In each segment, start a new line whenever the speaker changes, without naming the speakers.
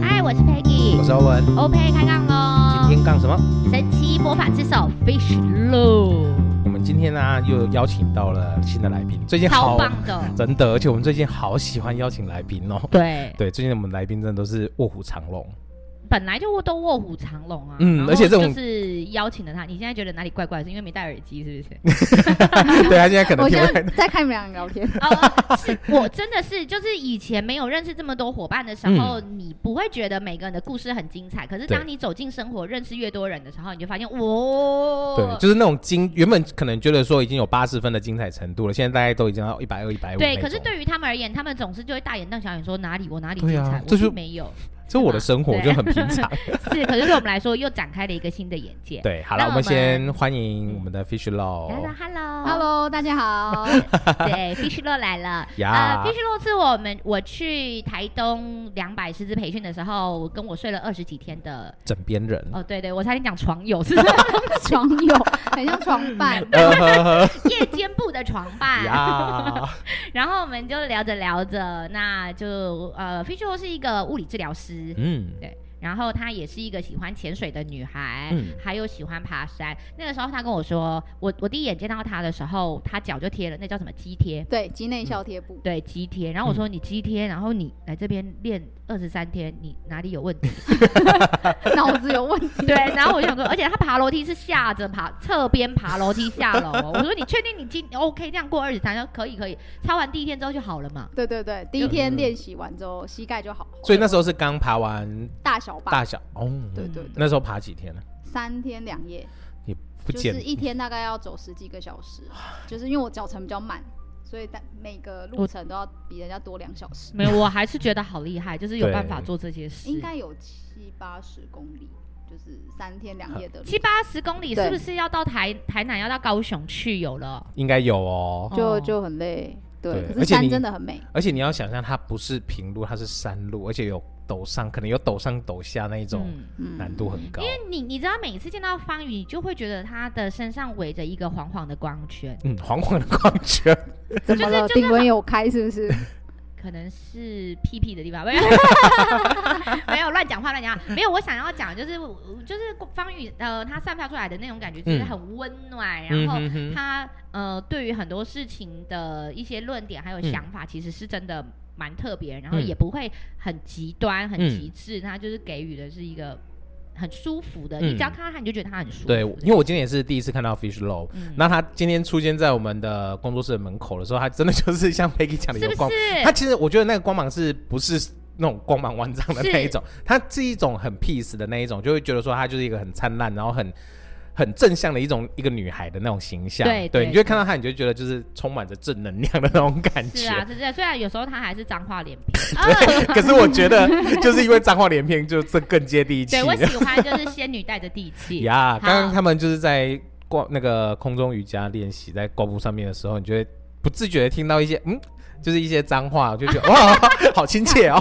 嗨，哎我是 Peggy，
我是欧文，
OK 开杠喽。
今天杠什么？
神奇魔法之手 Fish Low，
我们今天呢、又邀请到了新的来宾，最近
超
好
棒的。
真的，而且我们最近好喜欢邀请来宾哦。
对，
对，最近我们来宾真的都是卧虎藏龙，
本来就都卧虎藏龙啊。
嗯
然后
而且这种
就是邀请了他，你现在觉得哪里怪怪的？是因为没戴耳机是不是？
对他现在可能
我
听
现
不太
在在看你们两个聊 天，
哦，是我真的是，就是以前没有认识这么多伙伴的时候，你不会觉得每个人的故事很精彩。可是
嗯对
当你走进生活，认识越多人的时候，你就发现，哦哇，
对，就是那种精，原本可能觉得说已经有八十分的精彩程度了，现在大概都已经到一百二、一百五。
对，可是，对于他们而言，他们总是就会大眼瞪小眼说哪里我哪里精
对啊
彩，
这
我
就
并没有。
这我的生活
对
就很平常。
是，可是对我们来说又展开了一个新的眼界。
对，好
那
了，我
我们
们先欢迎我们的 Fish Law
大家
哦
hello
Hello，大家好。
对，必须洛来了。
呀
呃，必须洛是我们我去台东两百师资培训的时候，跟我睡了二十几天的。
枕边人。
哦，对对，我差点讲床友，是
床友， 很像床 伴。
啊
夜间部的床伴。
呀，
然后我们就聊着聊着，那就呃，Fish Lo 是一个物理治疗师，
嗯，
然后她也是一个喜欢潜水的女孩，
嗯
还有喜欢爬山。那个时候她跟我说，我我第一眼见到她的时候，她脚就贴了那叫什么肌贴。
对，肌内效贴布。
对肌贴，然后
嗯
我说你肌贴，然后你来这边练二十三天，你哪里有问 题？
脑子有问
嗯
题。
对，然后我想说，而且她爬楼梯是下着爬，侧边爬楼梯下楼哦。我说你确定你今 OK 这样过二十三？她说可以可以，擦完第一天之后就好了嘛。
对对对，第一天练习完之后，膝盖就好。
所以那时候是刚爬完
大小吧，
大小哦，
对对对，
那时候爬几天呢？
三天两夜，
不
就
简
是一天大概要走十几个小 时，就是因为我脚程比较慢，所以大每个路程都要比人家多两小时，
没有，我还是觉得好厉害，就是有
对
办法做这些事。
应该有七八十公里，就是三天两夜的路
七，八十公里，
对
是不是要到台台南，要到高雄去有了？
应该有哦。
就
哦
就很累。对，
对
可
而
是
且你
山真的很美，
而且你要想象，它不是平路，它是山路，而且有陡上，可能有陡上陡下那一种，
嗯，
嗯，
难度很高。
你你知道每次见到方宇，你就会觉得他的身上围着一个黄黄的光圈，
嗯，黄黄的光 圈，
怎么
就是
了？
就是
顶轮有开是不是？
可能是屁屁的地方，没有， 没有乱讲话乱讲话，没有。我想要讲就是就是方宇呃，他散发出来的那种感觉，就是
嗯
很温暖，
嗯
然后
哼哼
他呃，对于很多事情的一些论点还有想法，其实是真的蛮特别，然后
嗯
也不会很极端、很
嗯
极致，他就是给予的是一个很舒服的，
嗯
你只要看到他，你就觉得他很舒服。
对，因为我今天也是第一次看到 Fish Low，
嗯
那他今天出现在我们的工作室的门口的时候，他真的就是像 Peggy 讲的
是
有
不
光，
是
他？其实我觉得那个光芒是不是那种光芒万丈的
是
那一种，它是一种很 peace 的那一种，就会觉得说她就是一个很灿烂，然后很很正向的一种一个女孩的那种形象。
对对
你就会看到她，你就会觉得就是充满着正能量的那种感觉。
是啊，是啊，虽然有时候他还是脏话连篇，
对， 可是我觉得就是因为脏话连篇，就这更接地气啊
对我喜欢就是仙女带着地 气。
呀。
好
刚刚他们就是在逛那个空中瑜伽练习，在高步上面的时候，你就会不自觉的听到一些嗯。就是一些脏话，我就 觉得哇，好亲切哦！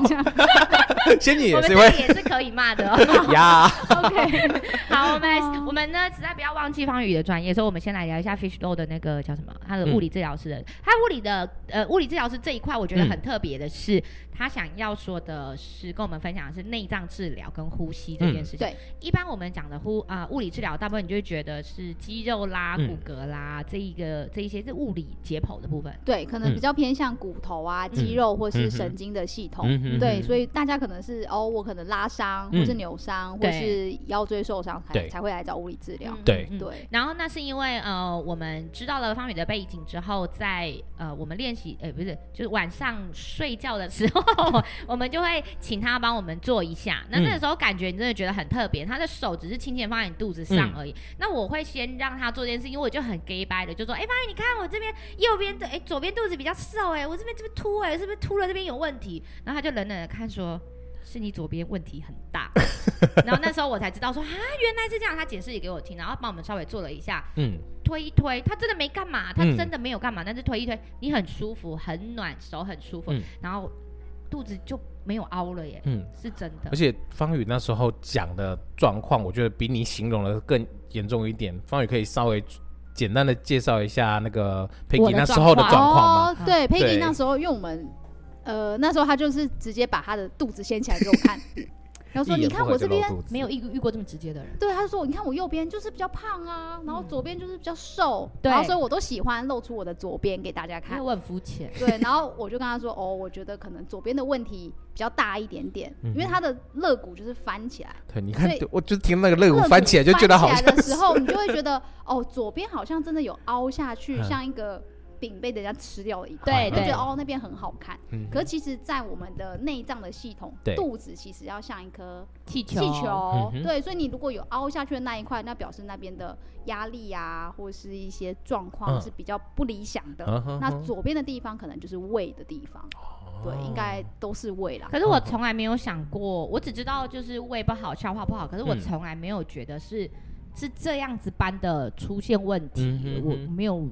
仙女
我们
也是
这
因为
里也是可以骂的、 哦。
呀，
OK，
好，我们来
哦
我们呢，实在不要忘记方宇的专业，所以我们先来聊一下 Fish Low 的那个叫什么，他的物理治疗师的，他物理的呃物理治疗师这一块，我觉得很特别的是，他想要说的是跟我们分享的是内脏治疗跟呼吸这件事情。
嗯对，
一般我们讲的呼啊、物理治疗，大部分你就会觉得是肌肉啦、
嗯
骨骼啦这一个这一些是物理解剖的部分。
对，可
嗯
能比较偏向骨头啊、肌肉或是神经的系统。
嗯哼
对，所以大家可能是哦，我可能拉伤，
嗯
或是扭伤，或
对
是腰椎受伤，才
对
才会来找物理治疗。
对
嗯
对，啊
然后那是因为呃，我们知道了方宇的背景之后，在呃我们练习，呃不是，就是晚上睡觉的时候， 我们就会请他帮我们做一下。那
嗯
那个时候感觉你真的觉得很特别，他的手只是轻轻地放在你肚子上
嗯
而已。那我会先让他做这件事，因为我就很 gay 掰的，就说，哎、方宇，你看我这边右边的，哎、左边肚子比较瘦、哎，我这边这边凸、哎，是不是凸了这边有问题？然后他就冷冷的看说。是你左边问题很大， 然后那时候我才知道说啊，原来是这样。他解释也给我听，然后帮我们稍微做了一下，
嗯，
推一推，他真的没干嘛，他
嗯
真的没有干嘛，但是推一推，你很舒服，很暖，手很舒服，
嗯
然后肚子就没有凹了耶，
嗯，
是真的
而。且方宇那时候讲的状况，我觉得比你形容的更严重一点。方宇可以稍微简单的介绍一下那个
我
Peggy
的
那时候的状况吗？
哦，对，佩
对
妮那时候，因为我们呃，那时候他就是直接把他的肚子掀起来给我 看，然后说：“
一
你
言不
看
合
我
就
这
露
边。
肚子
没有遇遇过这么直接的人”。
对，他就说：“你看我右边就是比较胖啊，然后
嗯
左边就是比较瘦，
对
然后所以我都喜欢露出我的左边给大家
因为
看。
我很肤浅，”
对，然后我就跟他说：“哦，我觉得可能左边的问题比较大一点点，因为
嗯哼
他的肋骨就是翻起来，
对，你看
所以，
我就听那个肋
肋
骨
骨
翻起来就觉得好
翻起来
像
的时候，你就会觉得哦，左边好像真的有凹下 去，
嗯
像一个饼被人家吃掉了一
对
块，就觉
对
得哦那边很好看。
嗯
可是其实，在我们的内脏的系统
对，
肚子其实要像一颗
气
气
球，
球
嗯，哼
对，所以你如果有凹下去的那一块，那表示那边的压力啊，或是一些状
嗯
况是比较不理想的。
嗯哼
那
哼
左边的地方可能就是胃的地方，对，应该都是胃啦。
可是我
嗯
从来没有想过，我只知道就是胃不好、消化不好，可是我
嗯
从来没有觉得是、是这样子般的出现问题，
嗯哼
我
哼
没有。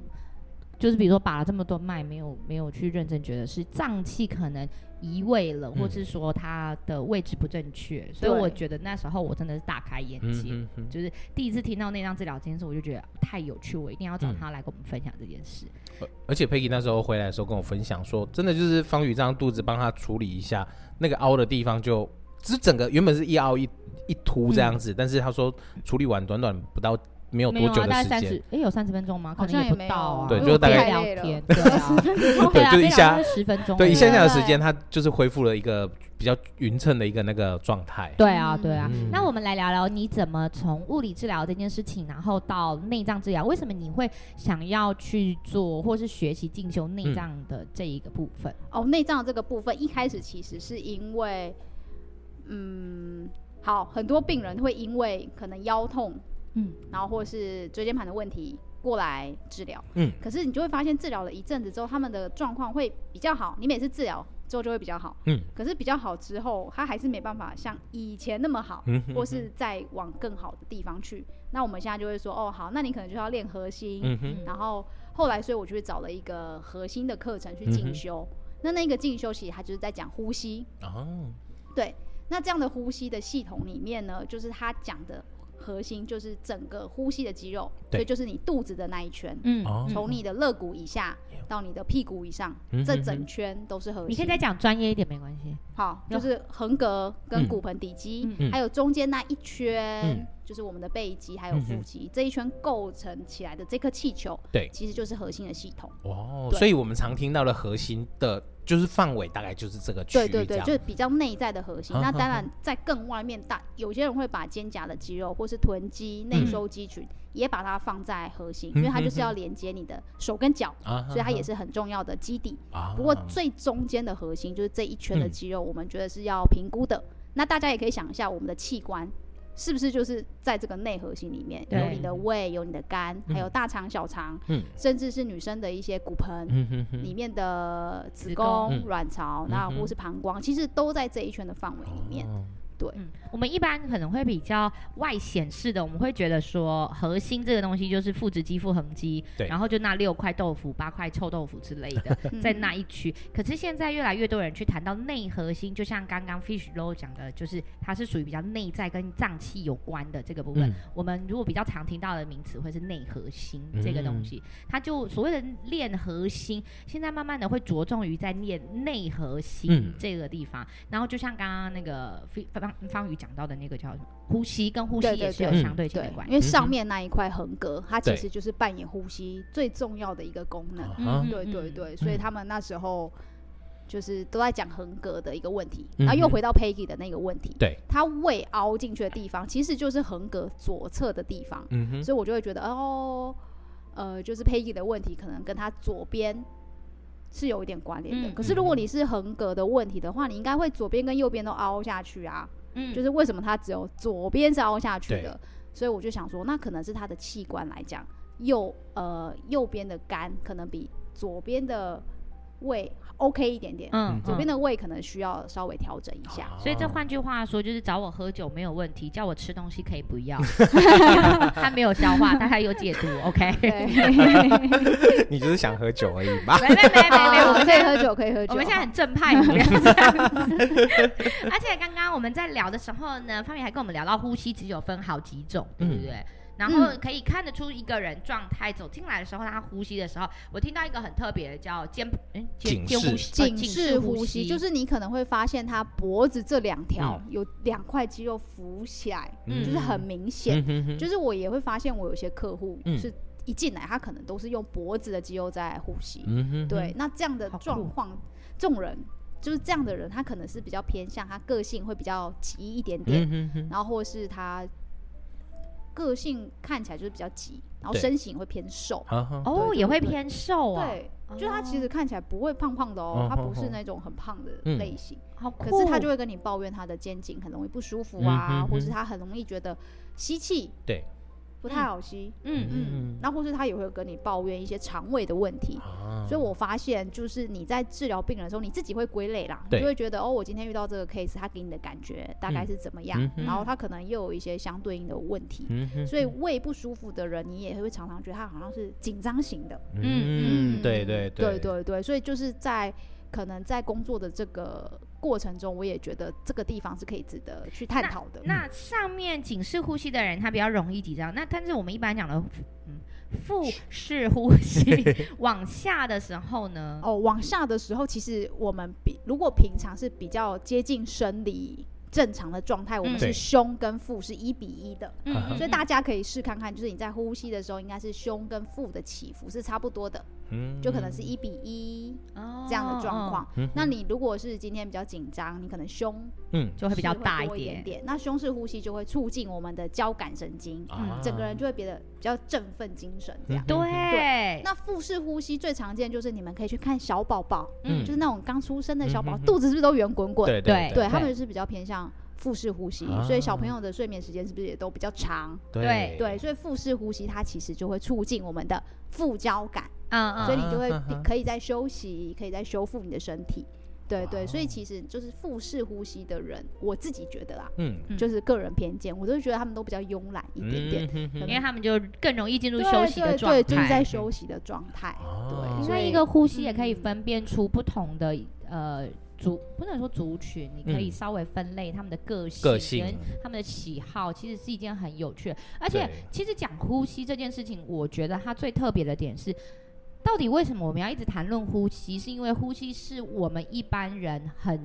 就是比如说把了这么多脉，没有没有去认真觉得是脏器可能移位了，或
嗯
是说它的位置不正确，所以
对
我觉得那时候我真的是大开眼
嗯
界。
嗯嗯
就是第一次听到内脏治疗这件事，我就觉得太有趣，我一定要找
嗯
他来跟我们分享这件事。
而且佩奇那时候回来的时候跟我分享说，真的就是方宇这样肚子帮他处理一下那个凹的地方就，只是整个原本是一凹一一凸这样
嗯
子，但是他说处理完短短不到没有
没
多
有
久
啊，
的
大概
时
三
间，
十，哎，有三十分钟吗？可
好
能
像
不
也没
到啊，
有
对
因为
就
我
大概
边聊天，对啊，
对
啊
就一
边聊
下
天十分钟而已，啊
对，一下下的时间
对啊
他就是恢复了一个比较匀称的一个那个状态。
对啊，对啊。
嗯
那我们来聊聊你怎么从物理治疗这件事情，然后到内脏治疗，为什么你会想要去做或是学习进修
嗯
内脏的这一个部分？
哦，内脏的这个部分一开始其实是因为，嗯，好，很多病人会因为可能腰痛，
嗯，
然后或是椎间盘的问题过来治疗，
嗯，
可是你就会发现治疗了一阵子之后，他们的状况会比较好，你每次治疗之后就会比较好，
嗯，
可是比较好之后，他还是没办法像以前那么好，
嗯
或是再往更好的地方去，那我们现在就会说，哦，好，那你可能就要练核心，
嗯哼，
嗯
然后后来，所以我就去找了一个核心的课程去
嗯
进修。那那个进修其实它就是在讲呼吸，
哦，
对。那这样的呼吸的系统里面呢，就是它讲的核心就是整个呼吸的肌肉，
对
所以就是你肚子的那一圈，
嗯
哦
嗯
从你的肋骨以下到你的屁股以上，
嗯
这
哼
整圈都是核
嗯你可以
心。
再讲专业一点，没关系。
好，就是横膈跟骨盆底肌，
嗯
还有中间那一圈，
嗯
就是我们的背肌还有腹肌、这一圈构成起来的这颗气球，
对
其实就是核心的系统。
哦，
对
所以我们常听到的核心的就是范围大概就是这个区域
对对
这
对，
样嗯
就是比较内在的核心。
哼
那
哼
当然，在更外面大，有些人会把肩胛的肌肉或是臀肌、
嗯
内收肌群、也把它放在核心，因为它就是要连接你的手跟脚，
啊，
所以它也是很重要的基底。
啊。
不过最中间的核心就是这一圈的
嗯
肌肉，我们觉得是要评估的。那大家也可以想一下，我们的器官是不是就是在这个内核心里面，有
对
你的胃，有你的肝，还有大肠、小肠，
嗯
甚至是女生的一些骨盆。
嗯哼哼
里面的子
子
宫
宫、卵巢，那
嗯哼
或是膀胱，其实都在这一圈的范围里面。
哦
嗯，我们一般可能会比较外显示的，我们会觉得说核心这个东西就是腹直肌、腹横肌，
对
然后就那六块豆腐、八块臭豆腐之类的，
嗯
在
嗯
那一区。可是现在越来越多人去谈到内核心，就像刚刚 Fish Low 讲的，就是它是属于比较内在跟脏器有关的这个部分。
嗯
我们如果比较常听到的名词会是内核心这个东
嗯
西，它就所谓的练核心，现在慢慢的会着重于在练内核
嗯
心这个地方。然后就像刚刚那个菲方方宇讲到的那个叫什么呼吸，跟呼吸
对对
也是有
对
相对性
对
的关，
因
系。
为上面那一块横膈，它
对
其实就是扮演呼吸最重要的一个功能。
啊
嗯
对对对，所以他们那时候就是都在讲横膈的一个问题，
嗯哼
然后又回到 Peggy 的那个问题，
对，
它胃凹进去的地方其实就是横膈左侧的地方，
嗯哼，
所以我就会觉得哦，呃，就是 Peggy 的问题可能跟他左边是有一点关联的。
嗯
可是如果你是横膈的问题的话，你应该会左边跟右边都凹下去啊。
嗯
就是是为什么他只有左边是凹下去
对
的？所以我就想说，那可能是他的器官来讲，右呃右边的肝可能比左边的胃 OK 一点点，
嗯，
左边
的。
的胃可能需要稍微调整一下。
哦
所以这换句话说，就是找我喝酒没有问题，叫我吃东西可以不 要。 他没有消化，但他有解毒。OK，没
对，
你就是想喝酒而已吧？
没没没没，
好
我
我
们
们
现
可以
在
喝酒，可以喝酒。
我们现在很正派，你不要这样子。
嗯
而且刚刚我们在聊的时候呢，方宇还跟我们聊到呼吸其实有分好几种，对不对？然后可以看得出一个人状态走进来的时候，他呼吸的时候，我听到一个很特别的叫肩嗯肩
警
肩
示
呼吸，呃
警示呼吸，
吸
就是你可能会发现他脖子这两条、有两块肌肉浮起来，
嗯
就是很明显。
嗯哼哼
就是我也会发现，我有些客户
嗯
是一进来，他可能都是用脖子的肌肉在呼吸。
嗯哼哼
对，，那这样的
好酷
状况，这种人就是这样的人，他可能是比较偏向，他个性会比较急一点点，
嗯哼哼，
然后或是他个性看起来就是比较急，然后
对
身形会偏瘦。
好好，
对
哦，
对
也会
对
偏瘦啊，
对，就他其实看起来不会胖胖的
哦
哦，他不
哦
是
哦
那种很胖的
嗯
类型，
好酷，
可是他就会跟你抱怨他的肩颈很容易不舒服
哦嗯
啊，
哼
或是
哼
他很容易觉得吸气
对，
不太好吸，
嗯
嗯，那或是他也会跟你抱怨一些肠胃的问题。
啊
所以我发现，就是你在治疗病人的时候，你自己会归类啦，你
对
就会觉得哦，我今天遇到这个 case，他给你的感觉大概是怎么样，
嗯
哼
然后他可能又有一些相对应的问题。
嗯哼
所以胃不舒服的人，你也会常常觉得他好像是紧张型的。
嗯
嗯，对对对，
对对对，所以就是在可能在工作的这个过程中，我也觉得这个地方是可以值得去探讨的。
那上面警示呼吸的人，他比较容易紧张。那但是我们一般讲的，嗯，腹式呼 吸往下的时候呢，
哦，往下的时候，其实我们比如果平常是比较接近生理正常的状态，我们
嗯
是
对
胸跟腹是一比一的，
嗯
啊哈
所以大家可以试看看，就是你在呼吸的时候，应该是胸跟腹的起伏是差不多的，
嗯
就可能是一比一
哦
这样的状况。
哦
嗯哼
那你如果是今天比较紧张，你可能胸
嗯
就会比较
是
大
多一
点。
点。那胸式呼吸就会促进我们的交感神经，
啊
嗯整个人就会变得比较振奋精神这样。
嗯
对，
那腹式呼吸最常见就是你们可以去看小宝宝，
嗯
就是那种刚出生的小宝，
嗯哼哼
肚子是不是都圆滚滚？
对
对
对他们就是比较偏向腹式呼吸，
啊
所以小朋友的睡眠时间是不是也都比较长？
对
对，所以腹式呼吸它其实就会促进我们的副交感，
嗯
所以
嗯，
你就会
啊啊啊
可以在休息，可以在修复你的身体。对
哇
对，
哦
所以其实就是腹式呼吸的人，我自己觉得啊啦，
嗯
嗯
就是个人偏见，我都觉得他们都比较慵懒一点点，
点
可能
因为他嗯们就更容易进入
对
休息的状态。
嗯对对，就是在休息的状态。对，
哦
嗯
所
所
以
以
一个呼吸也可以分辨出不同的呃族，不能说族群，你可以
嗯
稍微分类他们的个性、
个性
跟，他们的喜好，其实是一件很有趣的。而且
对，
其实讲呼吸这件事情，我觉得它最特别的点是。到底为什么我们要一直谈论呼吸？是因为呼吸是我们一般人很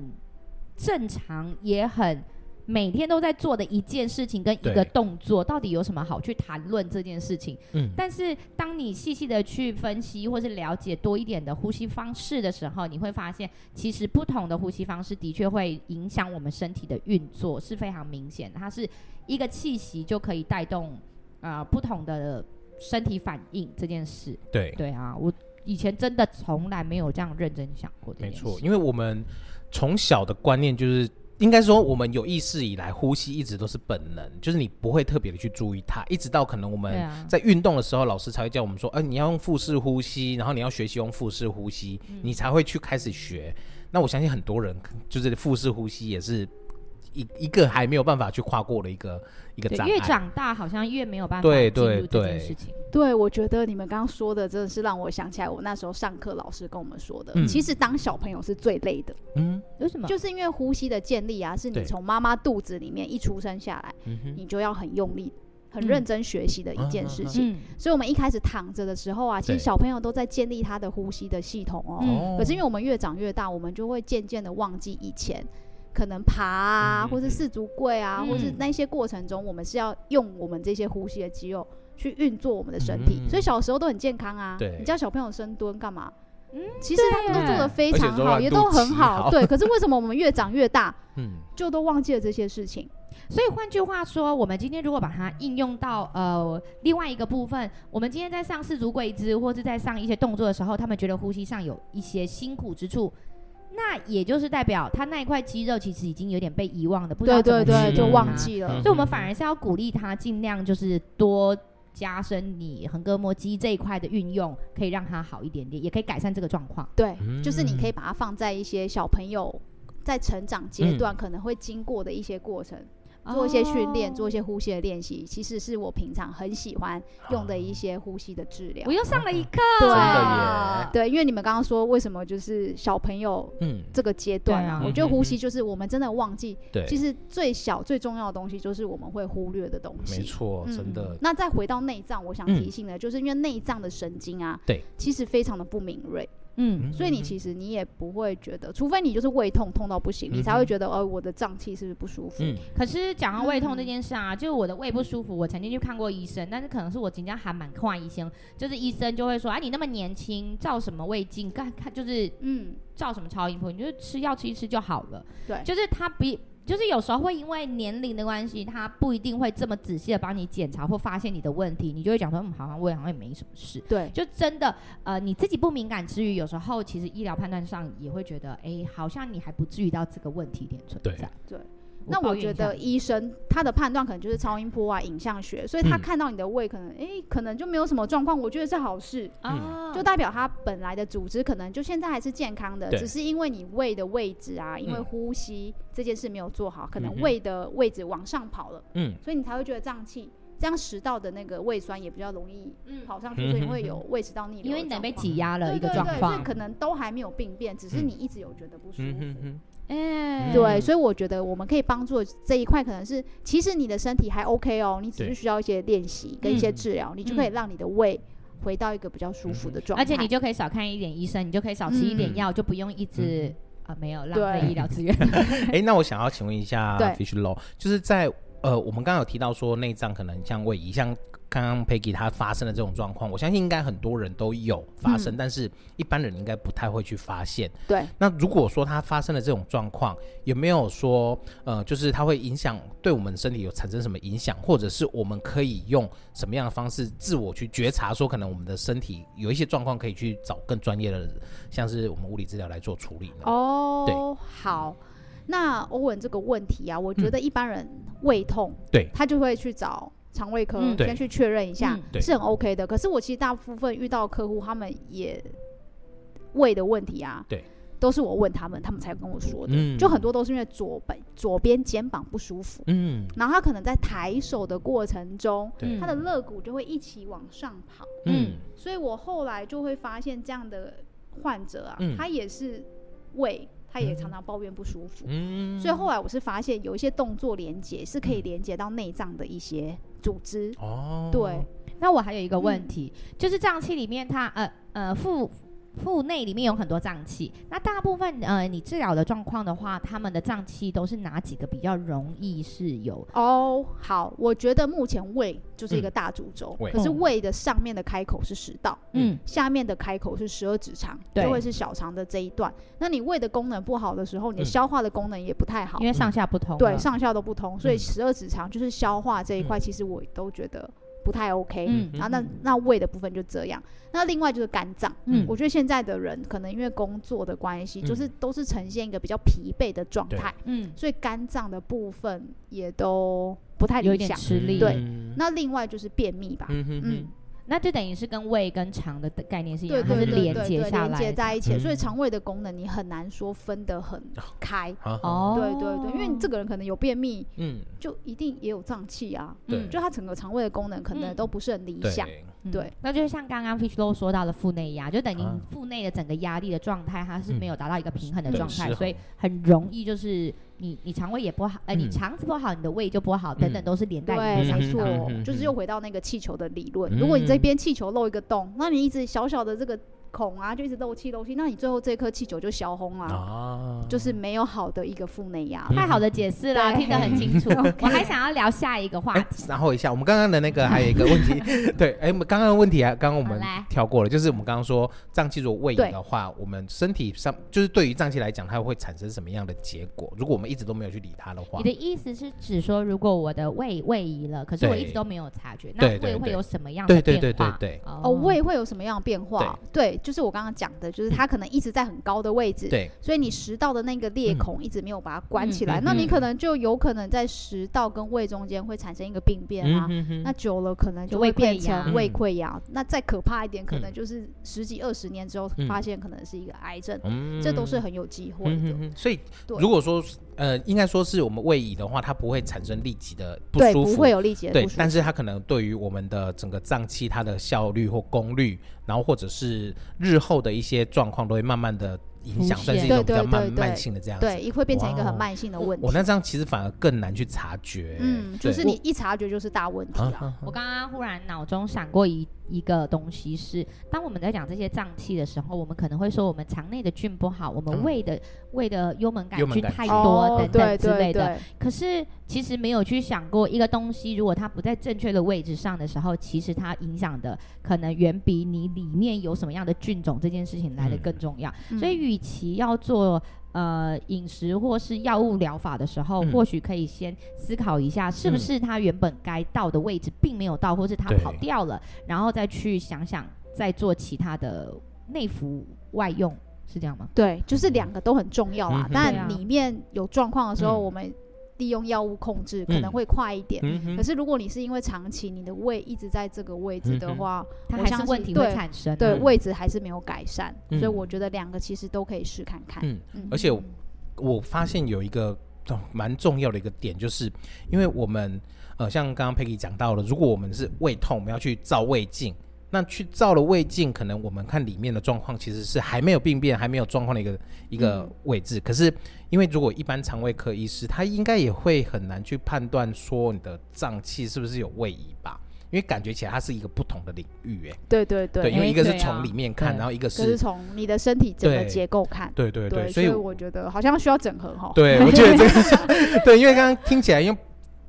正常，也很每天都在做的一件事情跟一个
对
动作。到底有什么好去谈论这件事情？
嗯
但是当你细细的去分析或是了解多一点的呼吸方式的时候，你会发现，其实不同的呼吸方式的确会影响我们身体的运作，是非常明显的。它是一个气息就可以带动啊不同的身体反应这件事。
对，
对啊，我以前真的从来没有这样认真想过这
没
件事。
错，因为我们从小的观念就是，应该说我们有意识以来，呼吸一直都是本能，就是你不会特别的去注意它，一直到可能我
对
们
啊，
在运动的时候，老师才会叫我们说，哎、你要用腹式呼吸，然后你要学习用腹式呼吸，你才会去开始学。那我相信很多人就是腹式呼吸也是一一个还没有办法去跨过的一个一个
对，
障
越
碍。
长大好像越没有办法
对
进
对
入这件
对
事情。
对，我觉得你们刚刚说的真的是让我想起来，我那时候上课老师跟我们说的，
嗯
其实当小朋友是最累的，
嗯
为什么？
就是因为呼吸的建立啊，是你
对
从妈妈肚子里面一出生下来，
嗯哼，
你就要很用力、很
嗯
认真学习的一件事情。
嗯
所以，我们一开始躺着的时候啊，其实
对
小朋友都在建立他的呼吸的系统哦。
嗯
可是，因为我们越长越大，我们就会渐渐的忘记以前可能爬啊，
嗯
或是四足跪啊，
嗯
或是那些过程中，我们是要用我们这些呼吸的肌肉去运作我们的身体。
嗯
所以小时候都很健康啊。
对
你叫小朋友深蹲干嘛？
嗯
其实他们都做的非
而且
常
柔
好，
软
也
度
都很
极
好。
好
对，可是为什么我们越长越大，
嗯，
就都忘记了这些事情？
所以换句话说，我们今天如果把它应用到呃另外一个部分，我们今天在上四足跪姿或是在上一些动作的时候，他们觉得呼吸上有一些辛苦之处，那也就是代表他那一块肌肉其实已经有点被遗忘的，不知道
对
怎么
对对，
去
就
用
忘
它
记了。
嗯
所以我们反而是要鼓励他尽量就是多。加深你横膈膜肌这一块的运用，可以让它好一点点，也可以改善这个状况。
对，
嗯
就是你可以把
嗯
它放在一些小朋友在成长阶段可能会经过的一些过程，做一些训练，
哦
做一些呼吸的练习，其实是我平常很喜欢用
啊
的一些呼吸的治疗
我。又上了一课，
真
对
的耶
对，因为你们刚刚说为什么就是小朋友
嗯，
这个阶段啊，
对啊
我觉得呼吸就是我们真的忘记，
对，
其实最小最重要的东西就是我们会忽略的东
没
西。
错，
嗯
真的，
那再回到内脏，我想
嗯
提醒的，就是因为内脏的神经啊，
对，
其实非常的不敏锐，
嗯，
所以你其实你也不会觉得，除非你就是胃痛痛到不行，你才
嗯
会
哼
觉得，哦，我的胀气是不是不舒服？
嗯
可是讲到胃
嗯
痛这件事啊，就是我的胃不舒服，我曾经去看过医生，但是可能是我紧张还蛮快，医生就是医生就会说，啊，你那么年轻，照什么胃镜？看看就是
嗯，
照什么超音波，你就吃药吃一吃就好了。
对
就是他比，就是有时候会因为年龄的关系，他不一定会这么仔细的帮你检查或发现你的问题，你就会讲说，嗯，好像胃好像也没什么事。
对，
就真的，呃，你自己不敏感之余，有时候其实医疗判断上也会觉得，哎、好像你还不至于到这个问题点存在。
对对那我觉得医生他的判断可能就是超音波啊、影像学，所以他
嗯
看到你的胃可能，诶，可能就没有什么状况，我觉得是好事，
啊，
就代表他本来的组织可能就现在还是健康的，
对
只是因为你胃的位置啊，因为
嗯
呼吸这件事没有做好，可
嗯
能
哼
胃的位置往上跑了，
嗯，
所以你才会觉得胀气，这样食道的那个胃酸也比较容易
嗯
跑上去，所以你会有
嗯
胃食道逆流的状况，
因为你被挤压了一个
对对
状
对所
况
以，可能都还没有病变，只是
嗯
你一直有觉得不舒
嗯
服
哼。哼，
哎，
对，
嗯
所以我觉得我们可以帮助的这一块，可能是其实你的身体还 OK 哦，你只
对
是需要一些练习跟一些
嗯
治疗，你就可以让你的胃回到一个比较舒服的状态。
而且你就可以少看一点医生，你就可以少吃一点药，就不用一直啊没有浪费
对
医疗资源。
哎，那我想要请问一下
对
Fish Low，就是在呃，我们刚刚有提到说内脏可能像胃移，像刚刚 Peggy 她发生的这种状况，我相信应该很多人都有发
嗯
生，但是一般人应该不太会去发现。
对，
那如果说它发生了这种状况，有没有说呃，就是它会影响对我们身体有产生什么影响，或者是我们可以用什么样的方式自我去觉察，说可能我们的身体有一些状况可以去找更专业的，像是我们物理治疗来做处理呢？
哦，好。那欧文这个问题啊，我觉得一般人胃痛，
嗯对
他就会去找肠胃科、
嗯
对
先去确认一下
嗯，
对
是很 OK 的。可是我其实大部分遇到客户，他们也胃的问题啊，
对，
都是我问他们，他们才跟我说的。
嗯
就很多都是因为左背左边肩膀不舒服，
嗯，
然后他可能在抬手的过程中，
对，
他的肋骨就会一起往上跑，
嗯
所以我后来就会发现这样的患者啊，
嗯
他也是胃，他也常常抱怨不舒服，
嗯，
所以后来我是发现有一些动作连接是可以连接到内脏的一些组织，
哦，
对，
那我还有一个
嗯
问题，就是胀气里面它呃呃腹腹内里面有很多胀气，那大部分呃你治疗的状况的话，他们的胀气都是哪几个比较容易是有？
哦，好，我觉得目前胃就是一个大主轴，
嗯胃哦
可是
嗯
胃的上面的开口是食道，
嗯，
下面的开口是十二指肠，
对
就会是小肠的这一段。那你胃的功能不好的时候，你的
嗯
消化的功能也不太好，
因为上下不通了。
对上下都不通，所以
嗯
十二指肠就是消化这一块，
嗯
其实我都觉得不太 OK。
嗯
然后那那胃的部分就这样，那另外就是肝脏，
嗯
我觉得现在的人可能因为工作的关系，
嗯
就是都是呈现一个比较疲惫的状态，
嗯，
所以肝脏的部分也都不太
有
理
一点
想。
吃力。
对那另外就是便秘吧，
嗯哼
嗯
哼，
那就等于是跟胃跟肠的概念是一
对
样，它
对对
是
对
连
对
接
对
下
连
来
接
的。
在一起，所以
嗯
肠胃的功能你很难说分得很开。
好，
哦，
对对对，因为你这个人可能有便秘，
嗯，
就一定也有胀气啊，
对，
就他整个肠胃的功能可能
嗯
都不是很理想。
嗯对
嗯
对，
那就是像刚刚 Fish Low 说到的腹内压，就等于
啊
你腹内的整个压力的状态，它是
嗯
没有达到一个平衡的
对
状态，
失
所以
衡
很容易就是你你肠胃也不好，呃，你
嗯
肠子不好，你的胃就不好，等等
嗯
都是连带
对，
影响
没
嗯
到的。
错
嗯，
就是
嗯
又回到那个气球的理论。
嗯
如果你这边气球漏一个洞，那你一直小小的这个孔啊，就一直漏气漏气，那你最后这颗气球就消轰啊，
啊，
就是没有好的一个腹内压。
太好的解释了，
对
听得很清 楚。我还想要聊下一个话
哎
题，，
然后一下，我们刚刚的那个还有一个问题，对，哎，我们刚刚的问题啊，刚刚我
好
们
来
跳过了，就是我们刚刚说胀气如果胃炎
对
的话，我们身体上就是对于胀气来讲，它会产生什么样的结果？如果我们一直都没有去理它的话
你的，意思是指说，如果我的胃胃移了，可是我
对
一直都没有察觉，那
对对
胃会
对
有什么样的
对
变
对
化？
对对对
哦，胃会有什么样的变化？对，就是我刚刚讲的，就是它可能一直在很高的位置，
嗯对，嗯
所以你食道的那个裂孔一直没有把它关起
嗯
来，
嗯
那你
嗯
可能就有可能在食道跟胃中间会产生一个病变啊。
嗯哼
那
哼，
久了可能
就
就
胃
会变
溃疡
成胃
嗯
溃疡，那再可怕一点，可能
嗯
就是十几二十年之后
嗯
发现可能是一个癌症，
嗯
这都是很有机会的。
嗯哼哼所以
对
如果说呃，应该说是我们位移的话，它不会产生立即的不
对，
舒
不
服，
会有力竭的
对
不舒，服
但是它可能对于我们的整个脏器，它的效率或功率，然后或者是日后的一些状况，都会慢慢的影响，
浮现
算是一种比较慢
对对对对
慢性的这样子。
对，一会变成一个
哇
很
哦
慢性的问题
我。那这样其实反而更难去察觉，
嗯，就
对
是你一察觉就是大问题
啊
啊。
啊
我刚刚忽然脑中闪过一一个东西是，当我们在讲这些脏器的时候，我们可能会说我们肠内的菌不好，我们
嗯
胃的、胃的幽门杆
幽门
菌
杆
太
菌
多
哦
等
对
等之
对
类的。
对，
可是其实没有去想过，一个东西如果它不在正确的位置上的时候，其实它影响的可能远比你里面有什么样的菌种这件事情来的更重要。
嗯
所以，与其要做呃饮食或是药物疗法的时候，
嗯
或许可以先思考一下，是不是它原本该到的位置并没有到，或是它
对
跑掉了，然后再去想想再做其他的内服外用，是这样吗？
对，就是两个都很重要
嗯
啦
哼。
对啊
但里面有状况的时候，
嗯
我们利用药物控制可
嗯
能会快一点。
嗯哼
可是如果你是因为长期你的胃一直在这个位置
嗯
的
哼
话，
它
我
还
相
是
信
问题会
对
产生啊。
对
嗯
位置还是没有改善，所以
嗯
我觉得两个其实都可以试看看。
嗯，而且我我发现有一个呃蛮重要的一个点，就是因为我们呃，像刚刚 Peggy 讲到了，如果我们是胃痛，我们要去照胃镜。那去照了胃镜，可能我们看里面的状况其实是还没有病变、还没有状况的一个一个
嗯
位置。可是，因为如果一般肠胃科医师，他应该也会很难去判断说你的脏器是不是有位移吧，因为感觉起来它是一个不同的领域、哎，
对对
对，因为
哎
一个是
对啊
从里面看，
对
然后一个
可是
是，
从你的身体整个
对
结构看，
对对对，
所
以
我觉得好像需要整合哈。
对，我觉得这个 对，因为刚刚听起来，因为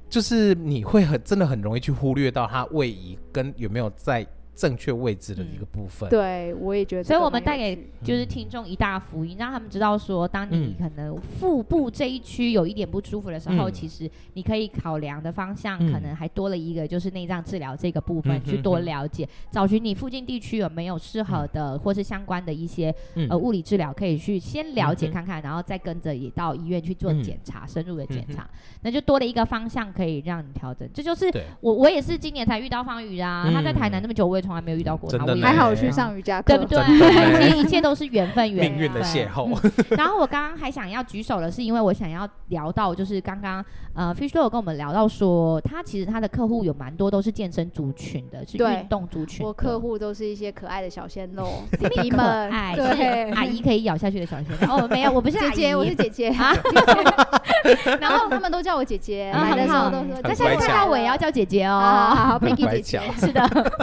就是你会很真的很容易去忽略到它位移跟有没有在正确位置的一个部分。
嗯对，我也觉得这
所以我
个蛮有趣。
们带给就是
嗯
听众一大福音，让他们知道说，当你可能腹部这一区有一点不舒服的时候，
嗯
其实你可以考量的方向
嗯
可能还多了一个，就是内脏治疗这个部分、
嗯哼
去多了解，找寻你附近地区有没有适合的、或是相关的一些
嗯
呃物理治疗，可以去先了解
嗯哼
看看，然后再跟着也到医院去做
嗯
检查，深入的检
嗯哼
查，那就多了一个方向可以让你调整。这就是
对
我我也是今年才遇到方宇啊，
嗯
他在台南那么久，我也从来没有遇到过他，
真的
我以为
呢
还好
对
去上瑜伽课，
对不对？
啊真的
一切一切都是缘分，缘
命运的邂逅，
嗯
分。然后我刚刚还想要举手的是，因为我想要聊到，就是刚刚呃，Fish 都有跟我们聊到说，他其实他的客户有蛮多都是健身族群的，是
对
运动族群的。
我客户都是一些可爱的小鲜肉， 弟
可
弟们
爱，，
对，
是阿姨可以咬下去的小鲜肉。哦，没有，我不是阿
姐
姨，
姐，我是姐姐。
啊，
然后他们都叫我姐姐，
啊
来的时候
很
都
好
说，
很
那下
乖
次
巧
看到我也要叫姐姐哦。
啊
很
，Peggy
乖
姐姐
巧，
是的，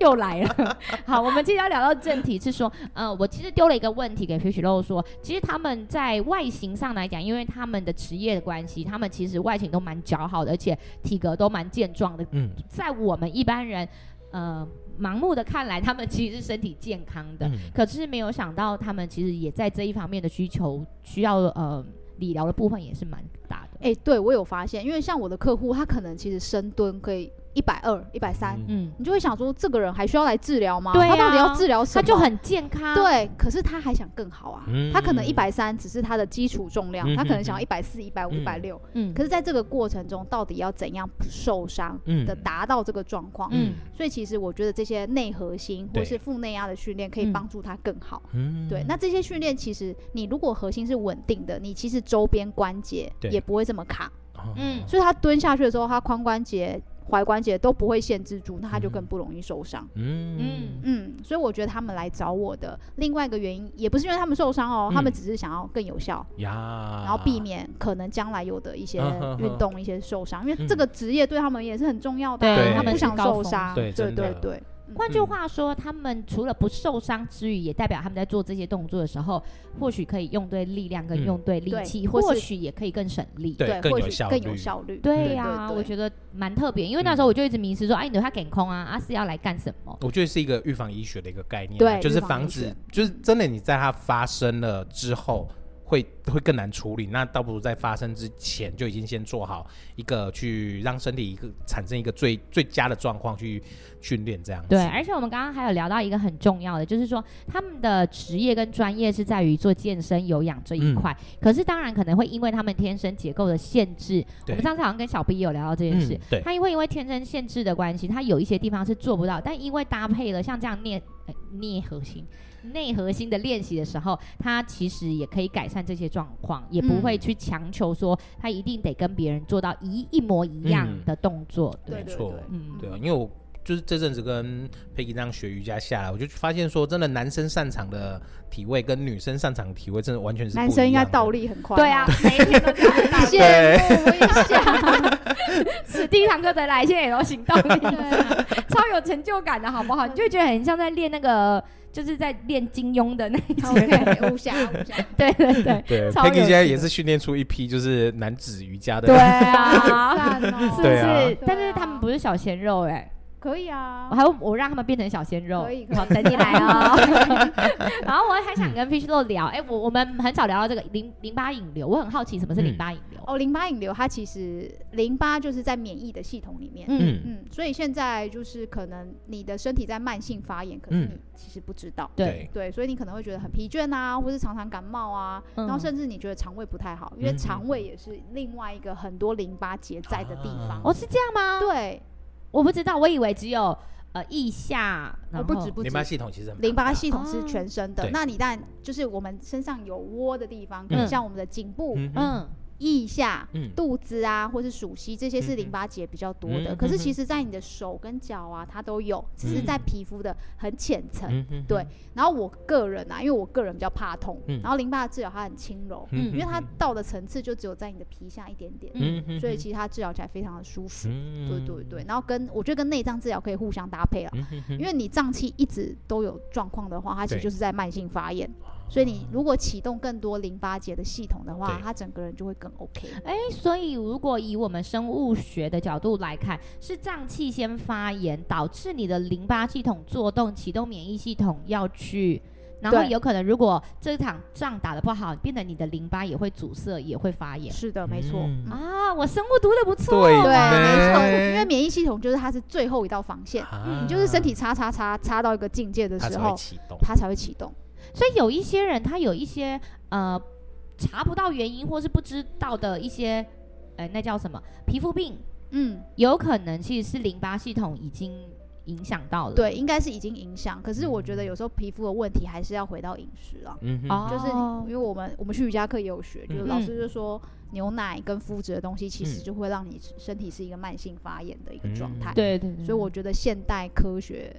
又来了。 好，我们接下来聊到正题是说，呃，我其实丢了一个问题给 Fish 肉说，其实他们在外形上来讲，因为他们的职业的关系，他们其实外形都蛮姣好的，而且体格都蛮健壮的。
嗯，
在我们一般人，呃，盲目的看来，他们其实是身体健康的，
嗯
可是没有想到他们其实也在这一方面的需求需要呃理疗的部分也是蛮大的。
哎，对我有发现，因为像我的客户，他可能其实深蹲可以一百二、一百三，
嗯
嗯，
你就会想说，这个人还需要来治疗吗？
对啊
他到底要治疗什
他
么？
就很健康。。
对，可是他还想更好啊。
嗯
他可能一百三只是他的基础重量，
嗯
他可能
嗯
想要
嗯
一百四、一百五、一百六。
嗯，
可是，在这个过程中，到底要怎样不受伤
嗯
的达到这个状况？
嗯
所以，其实我觉得这些内核心或
对
是腹内压的训练可以
嗯
帮助他更好。
嗯
对，那这些训练其实你如果核心是稳定的，你其实周边关节
对
也不会这么卡，
嗯
所以他蹲下去的时候，他髋关节、踝关节都不会限制住，那他就
嗯
更不容易受伤。
嗯
嗯
嗯，所以我觉得他们来找我的另外一个原因，也不是因为他们受伤哦，他
嗯
们
啊
只是想要更有效，
呀，
然后避免可能将来有的一些
嗯哼
运
哼
动、一些受伤，因为
嗯
这个职业对他们也是很重要的啊、
对
他
他们
不
是
想
高
受
峰
伤，
对
对
真的
对对，
换
嗯
句话说，他们除了不受伤之余，也代表他们在做这些动作的时候，或许可以用对力量跟
嗯
用对力气，
对或是
或许也可以更省力。
对更
或
有
许
效
更有
率
效率，
对呀、我
得
觉得蛮特别，因为那
嗯
时候我就一直迷失说，哎，你留他给空啊，啊是要来干什么？
我觉得是一个预防医学的一个概念啊，
对
就是
预防
防
医
止
学，
就是真的你在它发生了之后会会更难处理，那倒不如在发生之前就已经先做好一个去让身体一个产生一个最最佳的状况去训练这样子。
对，而且我们刚刚还有聊到一个很重要的，就是说他们的职业跟专业是在于做健身有氧这
嗯
一块，可是当然可能会因为他们天生结构的限制，我
对
们上次好像跟小 B 也有聊到这件事，
嗯，对，
他因为因为天生限制的关系，他有一些地方是做不到，但因为搭配了像这样颞呃颞核心、内核心的练习的时候，他其实也可以改善这些状况，也不会去强求说他一定得跟别人做到一一模一样的动作。
对
没
对
错
对
嗯，
对啊，因为我就是这阵子跟佩奇这样学瑜伽下来，我就发现说，真的男生擅长的体位跟女生擅长的体位真的完全是不
男生应
一样的
该倒立很快，
对啊，，每一天都这样
羡慕一下，
是第一堂课得来，现在也都行动力，
啊
超有成就感的好不好？你就会觉得很像在练那个，就是在练金庸的那一
好
种。
，OK，五 下五下，
对对对，
对
超有
，Peggy 现在
趣
也
的
是训练出一批就是男子瑜伽的
对 啊，
赞哦
是不
对啊
是？但是他们不是小鲜肉哎、
可以啊
我，还我让他们变成小鲜肉，
可以可以
好等你来 哦。然后我还想跟 Fish 肉聊，哎、我我们很少聊到这个淋淋巴引流，我很好奇什么是淋巴引流。
哦，淋巴引流它其实淋巴就是在免疫的系统里面，
嗯，
嗯，
嗯，所以现在就是可能你的身体在慢性发炎，可是
嗯
你其实不知道。
对，
对，所以你可能会觉得很疲倦啊，或是常常感冒啊，然后
嗯
甚至你觉得肠胃不太好，因为
嗯
肠胃也是另外一个很多淋巴结在的地方。
哦是这样吗？
对，
我不知道，我以为只有呃腋下，
我
然
不
后
止不止
淋巴系统其实很
淋巴
庞大
系统是
哦
全身的，
对
那你但就是我们身上有窝的地方，可能
嗯
像我们的颈部、
嗯嗯
嗯
腋下、
嗯
肚子啊，或是鼠膝，这些
嗯
是
嗯
淋巴结比较多的。
嗯
可是
嗯
其实，在你的手跟脚啊，它都有，只是
嗯
在皮肤的很浅层。
嗯嗯
对然后我个人啊，因为我个人比较怕痛，
嗯
然后淋巴的治疗它很轻柔，
嗯
因为它到的层次就只有在你的皮下一点点，
嗯嗯
所以其实它治疗起来非常的舒服。
嗯
对对对，然后跟我觉得跟内脏治疗可以互相搭配啊，
嗯嗯嗯
因为你脏器一直都有状况的话，它其实
对
就是在慢性发炎，所以你如果启动更多淋巴结的系统的话
对，嗯
它整个人就会更 OK。
哎、所以如果以我们生物学的角度来看，是脏器先发炎，导致你的淋巴系统作动，启动免疫系统要去。然后
对
有可能，如果这场仗打得不好，变得你的淋巴也会阻塞，也会发炎
是的，没错。
嗯
嗯
啊！我生物读的不错，哦
对
对，啊没错，
呢
因为免疫系统就是它是最后一道防线，
啊
你就是身体擦擦擦擦到一个境界的
它
时
才会
候，
启动，
它才会启动。
所以有一些人他有一些呃查不到原因或是不知道的一些，呃，那叫什么皮肤病，
嗯，
有可能其实是淋巴系统已经影响到了。
对，
嗯
应该是已经影响。可是我觉得有时候皮肤的问题还是要回到饮食啊，
嗯哼
哦，
就是因为我们我们去瑜伽课也有学，就是
嗯
老师就说牛奶跟麸质的东西其实
嗯
就会让你身体是一个慢性发炎的一个状态。
嗯，
对对对，
所以我觉得现代科学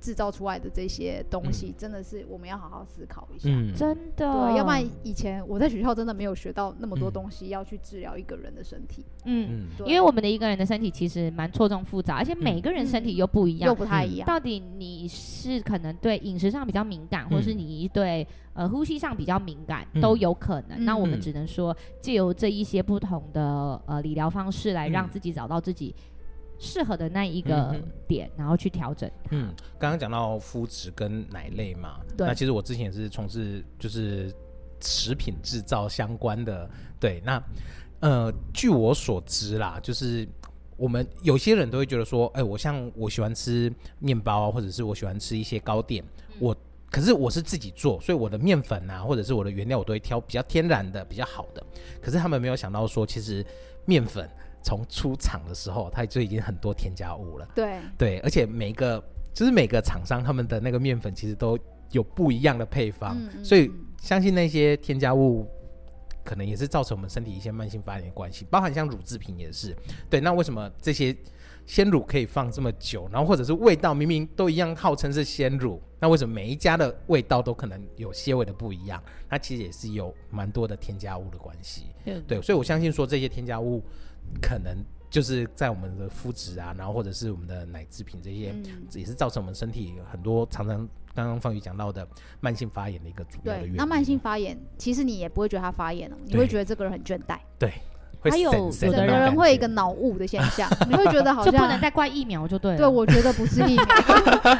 制造出来的这些东西，真的是我们要好好思考一下。
嗯
真的，
对，要不然以前我在学校真的没有学到那么多
嗯
东西要去治疗一个人的身体，
嗯，
嗯
对
因为我们的一个人的身体其实蛮错综复杂，而且每个人身体又不一样
嗯又。不
嗯
太一样。
到底你是可能对饮食上比较敏感，
嗯
或是你对呃呼吸上比较敏感，
嗯
都有可能。
嗯
那我们
嗯
只能说借由这一些不同的呃理疗方式来
嗯
让自己找到自己适合的那一
嗯
个
哼
点，然后去调整它。
嗯，刚刚讲到肤质跟奶类嘛，
对
那其实我之前也是从事就是食品制造相关的，对，那呃，据我所知啦，就是我们有些人都会觉得说，哎、我像我喜欢吃面包啊，或者是我喜欢吃一些糕点，我。可是我是自己做，所以我的面粉啊，或者是我的原料，我都会挑比较天然的、比较好的。可是他们没有想到说，其实面粉从出厂的时候，它就已经很多添加物了。
对，
对，而且每一个就是每个厂商他们的那个面粉其实都有不一样的配方，
嗯嗯
啊所以
嗯
相信那些添加物可能也是造成我们身体一些慢性发炎的关系，包含像乳制品也是。对，那为什么这些鲜乳可以放这么久，然后或者是味道明明都一样，号称是鲜乳，那为什么每一家的味道都可能有些微的不一样？它其实也是有蛮多的添加物的关系。
对
对，所以我相信说这些添加物可能就是在我们的肤质啊，然后或者是我们的奶制品这些，
嗯
也是造成我们身体很多常常刚刚方宇讲到的慢性发炎的一个主要的
对
原，因。
那慢性发炎，其实你也不会觉得他发炎了，哦你
对
会觉得这个人很倦怠，
会
还有
神神
有
整
的
个
那种
人
感
会有一
觉
个脑雾的现象，你会觉得好
就不能
像。
再怪疫苗就对了。
对，我觉得不是疫苗，虽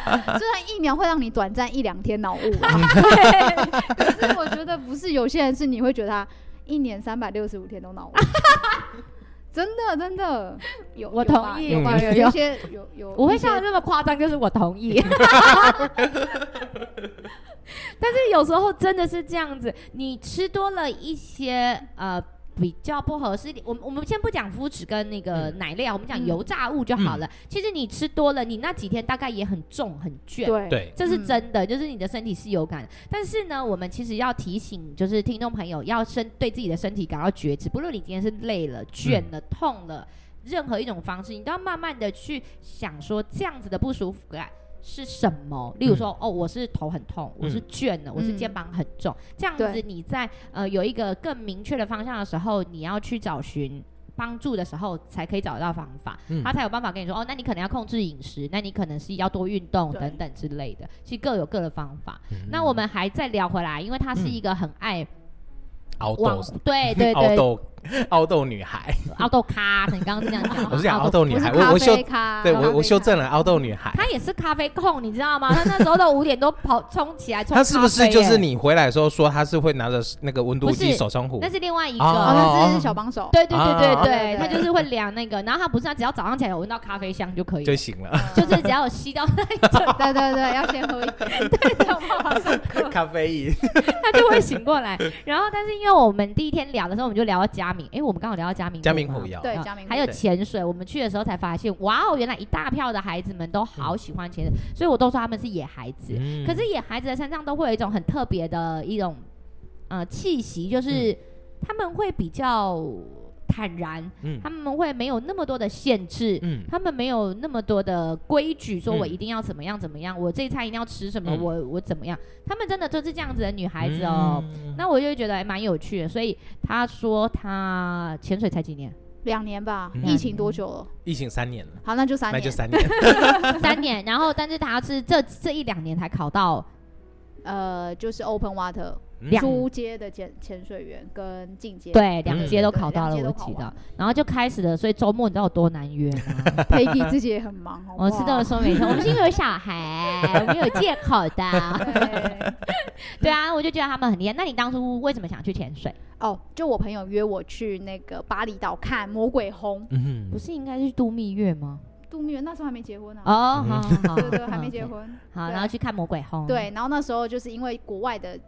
然疫苗会让你短暂一两天脑雾啊，对可是我觉得不是有些人是你会觉得他一年三百六十五天都脑雾，真的真的有，
我
有吧
同意
有吧？
嗯
有有一些有有，
我会
一些
笑得这么夸张，就是我同意。 但是有时候真的是这样子，你吃多了一些呃比较不合适一点。我们我们先不讲肤质跟那个
嗯
奶类啊，我们讲
嗯
油炸物就好了。其实你吃多了，你那几天大概也很重很倦。
对
对，
这是真的，就是你的身体是有感的。但是呢，我们其实要提醒，就是听众朋友要身对自己的身体感到觉知，不论你今天是累了、倦了、痛了，任何一种方式，你都要慢慢的去想说这样子的不舒服感。是什么？例如说，哦，我是头很痛，我是倦了，我是
嗯
肩膀很重。这样
对
子，你在呃有一个更明确的方向的时候，你要去找寻帮助的时候，才可以找得到方法。
嗯
他才有办法跟你说，哦，那你可能要控制饮食，那你可能是要多运动
对
等等之类的，其实各有各的方法。
嗯
那我们还再聊回来，因为她是一个很爱
熬
网
豆，，
对对
熬
对，
豆，熬豆女孩，
奥豆咖，你刚刚是这样讲吗，
我是讲
奥
熬豆女
我是
孩，我
咖
我修
啡，咖，
对
咖
我
啡
我修
咖哦
正了，熬豆女孩。
他也是咖啡控，你知道吗？他那时候都五点多跑冲起来冲
她是不
咖
是
啡
就是
耶？
你回来的时候说她是会拿着那个温度
不
计
是
手冲壶
那？是另外一个。
哦
哦，那是小帮手，
对对对对
哦
对，
哦
他就是会量那个，然后他不是，他只要早上起来有闻到咖啡香就可以
就
了，
行了，
就是只要有吸到 那一阵，
嗯对对对，要先喝一点，对，这样马上课
咖啡因。
他就会醒过来。然后，但是因为我们第一天聊的时候，我们就聊到佳明，诶，我们刚好聊到佳明湖嘛，
嘉明虎窑，
对
啊
嘉明湖
还有
对
潜水，我们去的时候才发现，哇哦，原来一大票的孩子们都好喜欢潜水，所以我都说他们是野孩子。
嗯
可是野孩子的身上都会有一种很特别的一种呃气息，就是他们会比较坦然，
嗯
他们会没有那么多的限制。
嗯
他们没有那么多的规矩，说我
嗯
一定要怎么样怎么样，我这一餐一定要吃什么，
嗯
我我怎么样？他们真的就是这样子的女孩子哦。，
嗯
那我就会觉得还哎蛮有趣的，所以他说他潜水才几年，
两年吧，
嗯
疫情多久了？
疫情三年了，
好，那就三
那就
年，
三年，
三年，然后但是他是这这一两年才考到
呃，就是 open water
两
初阶的潜潜水员跟进阶，
对两
嗯
届都
对
考到了，
两阶
我
都考
记
完
得
了，
然后就开始了，所以周末你知道有多难约吗？
，Peggy 自己也很 忙，好不
我
好
是这么说没错，我们是因为有小孩，我们有借口 的，
对，
对啊，我就觉得他们很厉害。那你当初为什么想去潜水？
哦，就我朋友约我去那个巴厘岛看魔鬼红，
嗯
不，是应该是去度蜜月吗？
度蜜月那时候还没结婚啊，
哦，好好好，
对对，还没结
好。
婚，
好，
对啊
然后去看魔鬼红。
对，，然后那时候就是因为国外的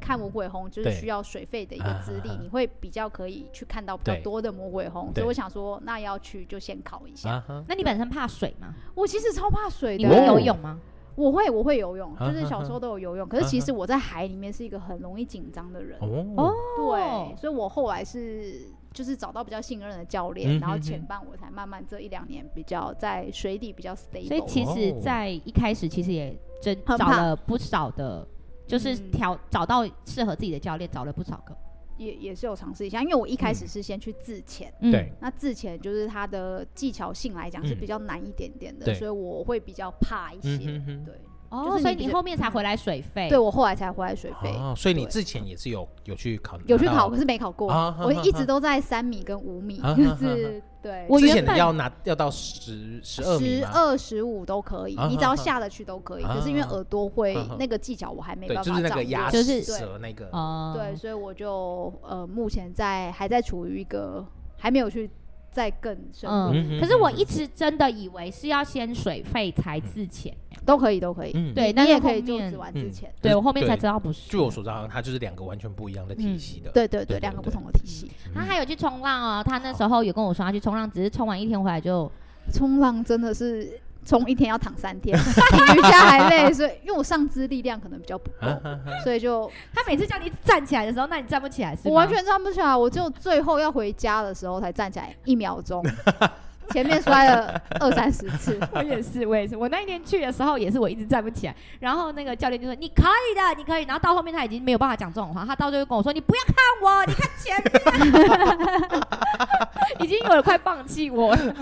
看魔鬼红就是
对
需要水费的一个资历
啊啊啊，
你会比较可以去看到比较
对
多的魔鬼红，所
对
以我想说那要去就先考一下。
啊哈，
那你本身怕水吗？
我其实超怕水
你
的，
哦
会游泳吗？
我会我会游泳，
啊
就是
啊
小
啊
时候都有游泳，可是其实我在海里面是一个很容易紧张的人，
哦，
对，所以我后来是就是找到比较信任的教
嗯
练，
哼
然后
哼
前半我才慢慢这一两年比较在水底比较 stable，
所以其实，
哦
在一开始其实也真
很
找
怕
了不少的，就是
嗯
调找到适合自己的教练，找了不少个。
也也是有尝试一下，因为我一开始是先去自潜，
嗯
对，
那自潜就是它的技巧性来讲是
嗯
比较难一点点的，
对
所以我会比较怕一
嗯
些，
哼哼
对，就
哦，
是你
所以
比
你
较
后面才回来水费。
对，我后来才回来水费。
哦，所以你
对
之前也是有有去考，
有去
拿到
考，可是没考过。
啊哈
我
哈
一
哈
直都在三米跟五米，
啊哈
就
哈
是对。
我
之
原
前的
本
要拿要到十十二米
十
吗？
二十五都可以
啊，
你
哈
只要
哈
下得去都可以。
啊
可是因为耳朵会
啊哈
那个技巧，我还没
对，
办
就
法
是那
掌握。
个啊压
就是
舌那个，
哦，
对，所以我就呃，目前在还在处于一个还没有去再更深入，
嗯
嗯。
哼
可是我一直真的以为是要先水费才自潜，
都可以，都可以。
嗯，
对，
你
但
也
是
可
后
以就只
面，
玩
嗯
之前。
对
可
我后面才
对
知道嗯不是。
据我所知，好像它就是两个完全不一样的体系的。
对对
对
对，
对
两个不
对
同的体系。
他
嗯
还有去冲浪哦，他那时候有跟我说他去冲浪，只是冲完一天回来就
嗯
冲浪真的是冲一天要躺三 天，比瑜伽还累，所以因为我上肢力量可能比较不够，
啊
所以就
他每次叫你站起来的时候，那你站不起来是
我完全站不起来，我就最后要回家的时候才站起来一秒钟， 前面摔了二三十 次。
我也是，我也是。我那一天去的时候，也是我一直站不起来。然后那个教练就说：“你可以的，你可以。”然后到后面他已经没有办法讲这种话，他到最后跟我说：“你不要看我，你看前面。” 已经有点快放弃我了，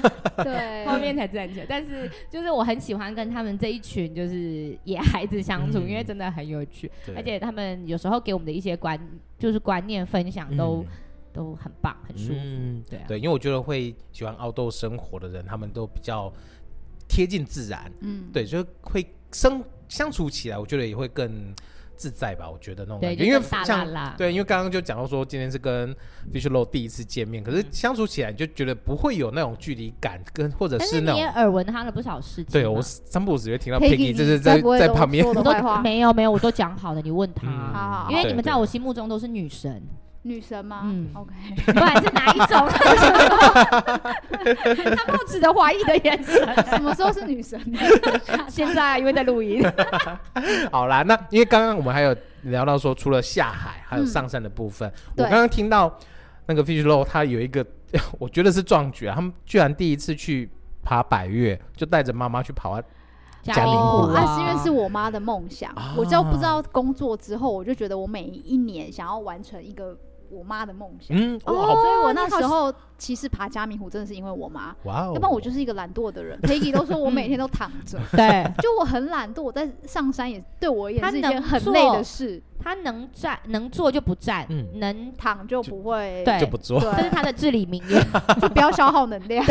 对，
后面才站起来。但是就是我很喜欢跟他们这一群就是野孩子相处，
嗯
因为真的很有趣，
对
而且他们有时候给我们的一些观就是观念分享都、都很棒，很舒服。
嗯
对啊
对，因为我觉得会喜欢澳洲生活的人，他们都比较贴近自然，
嗯，
对，就会生相处起来，我觉得也会更自在吧。我觉得那种
对，
感
就
觉，因为
更大啦
像
啊
啦。
对，因为刚刚就讲到说今天是跟 Fish Low 第一次见面，可
嗯
是相处起来你就觉得不会有那种距离感，跟或者
但是
那
你也
种
耳闻他的不少事情嘛。
对我三不五时会听到
Peggy，
Peggy 就是
你该
在
不会
在
都
旁边
说，啊
我
的坏话
都没有没有，我都讲好了，你问他。
嗯
好好好
因为
对
你们在
对
我心目中都是女神，
女神吗？
嗯
o k
不管是哪一 种，他冒指着怀疑的眼 神。
什么时候是女神？
现在啊因为在录音，
好啦，那因为刚刚我们还有聊到说，除了下海还有上山的部分，我
嗯对
刚刚听到那个 Fish Low 他有一个， 我觉得是壮举啊，他们居然第一次去爬百越，就带着妈妈去跑啊，嘉明湖
哦，
啊
啊，是因为是我妈的梦想，
啊
我就不知道工作之后，我就觉得我每一年想要完成一个我妈的梦想，
嗯，哇，好
所以我
哦你
那
好
时候其实爬嘉明湖真的是因为我妈，
哇哦，
要不然我就是一个懒惰 的人。Peggy 都说我每天都躺着，
对，
就我很懒惰，我在上山也对我而言
他
是一件
能
很
做
累的事，
他能站能坐就不站，
嗯
能
躺就不会
对
就不做，
这是
对，
他的至理名言，
就不要消耗能 量。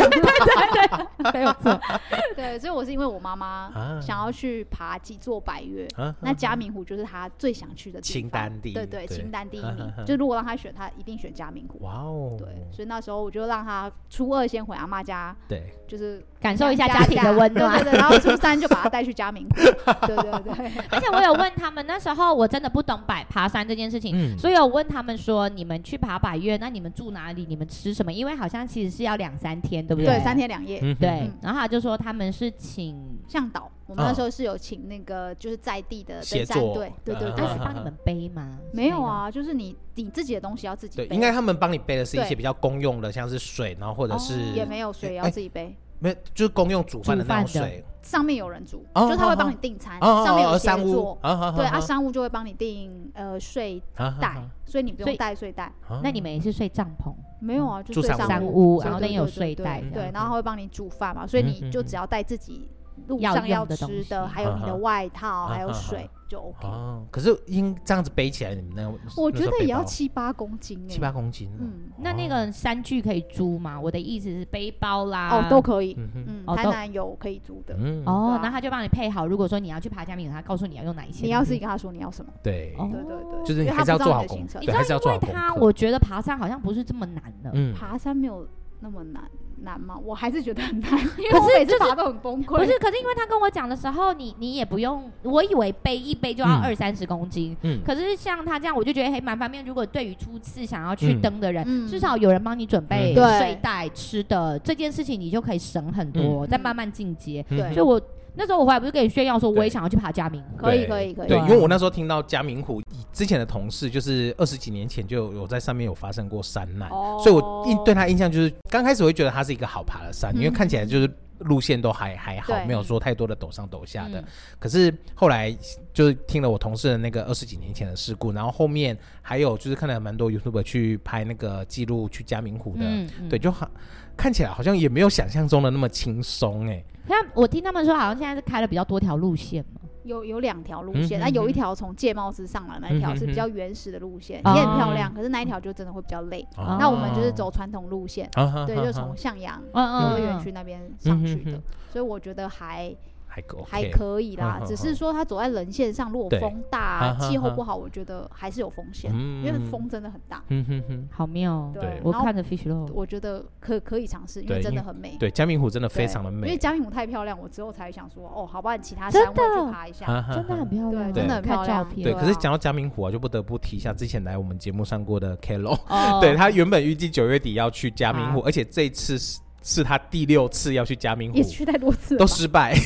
没有错。
对，所以我是因为我妈妈
啊
想要去爬几座百岳，
嗯
啊
那嘉明湖就是她最想去的地
清
方
单第一
对对，
对
清单第
嗯
一
哈
名
哈哈。
就如果让她选，她一定选嘉明湖。
哇哦，
对，所以那时候我就让她初二先回阿妈家，
对，
就是
感受一下家庭的温暖
对对对，然后初三就把她带去嘉明湖。对对对，
而且我有问他们，那时候我真的不懂百爬山这件事情，
嗯
所以我问他们说，你们去爬百越，那你们住哪里？你们吃什么？因为好像其实是要两三天， 对不
对三天两夜。
嗯哼
对，
嗯
然后他就说他们是请，
向导，我们
啊
那时候是有请那个就是在地的登
协
山
作
队，对对
啊
那
对
是，帮你们背 吗？
没有，啊，就是你你自己的东西要自己
对，
背，
应该他们帮你背的是一些
对
比较公用的，像是水，然后或者
哦
是
也没有水要
哎
自己背，
没有就是公用煮饭的那种
煮饭的
水，
上面有人煮，
哦
就是他会
哦
帮你订餐，
哦
啊上面
哦
有
哦，
协
山屋
作，，
啊
对啊，商务就会帮你订呃睡
嗯
袋，所以你不
所
用
以
带睡袋，
哦
那你们也是睡帐篷，
没有啊，就
住
睡
商务
商
商务然后那
对对
有
对
睡
对
袋
对
这
对，
样
然后会帮你煮饭嘛，所
嗯
以你就只要带自己路
要
上
用
要
的东
吃的，
西
还有你的
嗯嗯
外套，还有
嗯嗯嗯
水就 OK。
哦，可是因这样子背起来，你们那
我
那
觉
时候
得
背
也要
包
七八公斤
七
诶
八，公斤哦，
嗯，
那那个山具可以租吗？我的意思是背包啦，
哦都可以，
嗯哼，
嗯，
哦
台
都
南有可以租的，
嗯，
哦
对啊，
那他就帮你配好。如果说你要去爬嘉明，他告诉你要用哪一些。
你要自己跟他说你要什么，
对，
哦，
对对对，
就是
因
你
为
还
他
是要
不知
做
道
好
你的
功
行，程
你
对，
知道
还是要做好
因为
功
他，
课，
我觉得爬山好像不是这么难的。
嗯，
爬山没有那么难难吗？我还是觉得很难，因为
可
我
是
每次
就是
爬都很崩
不
溃。
是，可是因为他跟我讲的时候，你你也不用，我以为背一背就要
嗯
二三十公斤，
嗯，
可是像他这样，我就觉得还蛮方便。如果对于初次想要去
嗯
登的人，
嗯
至少有人帮你准备
嗯
对
睡袋、吃的这件事情，你就可以省很多，再慢慢进阶。
嗯
对
所以我那时候我回来不是跟你炫耀说，
对
我也想要去爬嘉明湖。
可以
对
可以可以
对，
对
因为我那时候听到嘉明湖之前的同事，就是二十几年前就有在上面有发生过山难，
哦
所以我印对他印象就是刚开始会觉得它是一个好爬的山，
嗯
因为看起来就是路线都还还好
对，
没有说太多的陡上陡下的
嗯。
可是后来就是听了我同事的那个二十几年前的事故，然后后面还有就是看了蛮多 YouTube 去拍那个记录去嘉明湖的，
嗯，嗯
对，。就好看起来好像也没有想象中的那么轻松哎。
像我听他们说，好像现在是开了比较多条路线嘛。
有有两条路
嗯
线，
嗯
那有
嗯
一条从界贸市上来，那一条是比较原始的路线，也
啊
嗯嗯嗯
很漂亮，可是那一条就真的会比较累。
哦
那我们就是走传统路线，
啊，啊
对，
啊
就
啊
从向阳
嗯
游乐
嗯，
园
嗯
区那边上去
嗯嗯
的
嗯，
所以我觉得还
还可
还可以啦
嗯嗯。嗯
只是说它走在人线上，如果
对
风大
啊
啊、
哈
气候
哈
不好，我觉得还是有风险，
嗯
因为风真的很大。
嗯哼哼。
好妙哦。
对
我
然后
看着 Fish Roll，
我觉得可可以尝试，因为
对
真
因
的
为
很美。
对，嘉明湖真的非
对
常的
因为
美，
嘉明湖太漂亮，我之后才想说，哦，好吧，你其他
真
山我也
的
去爬一下。
哈哈
真的
哈
很漂亮，
对真的很
看
漂
照
亮
片。
对。
对
可是
啊
讲到嘉明湖啊，就不得不提一下之前来我们节目上过的 k e l o
哦
对他原本预计九月底要去嘉明湖，
啊
而且这一次是是他第六次要去嘉明湖
也，去太多次了吧
都 失败，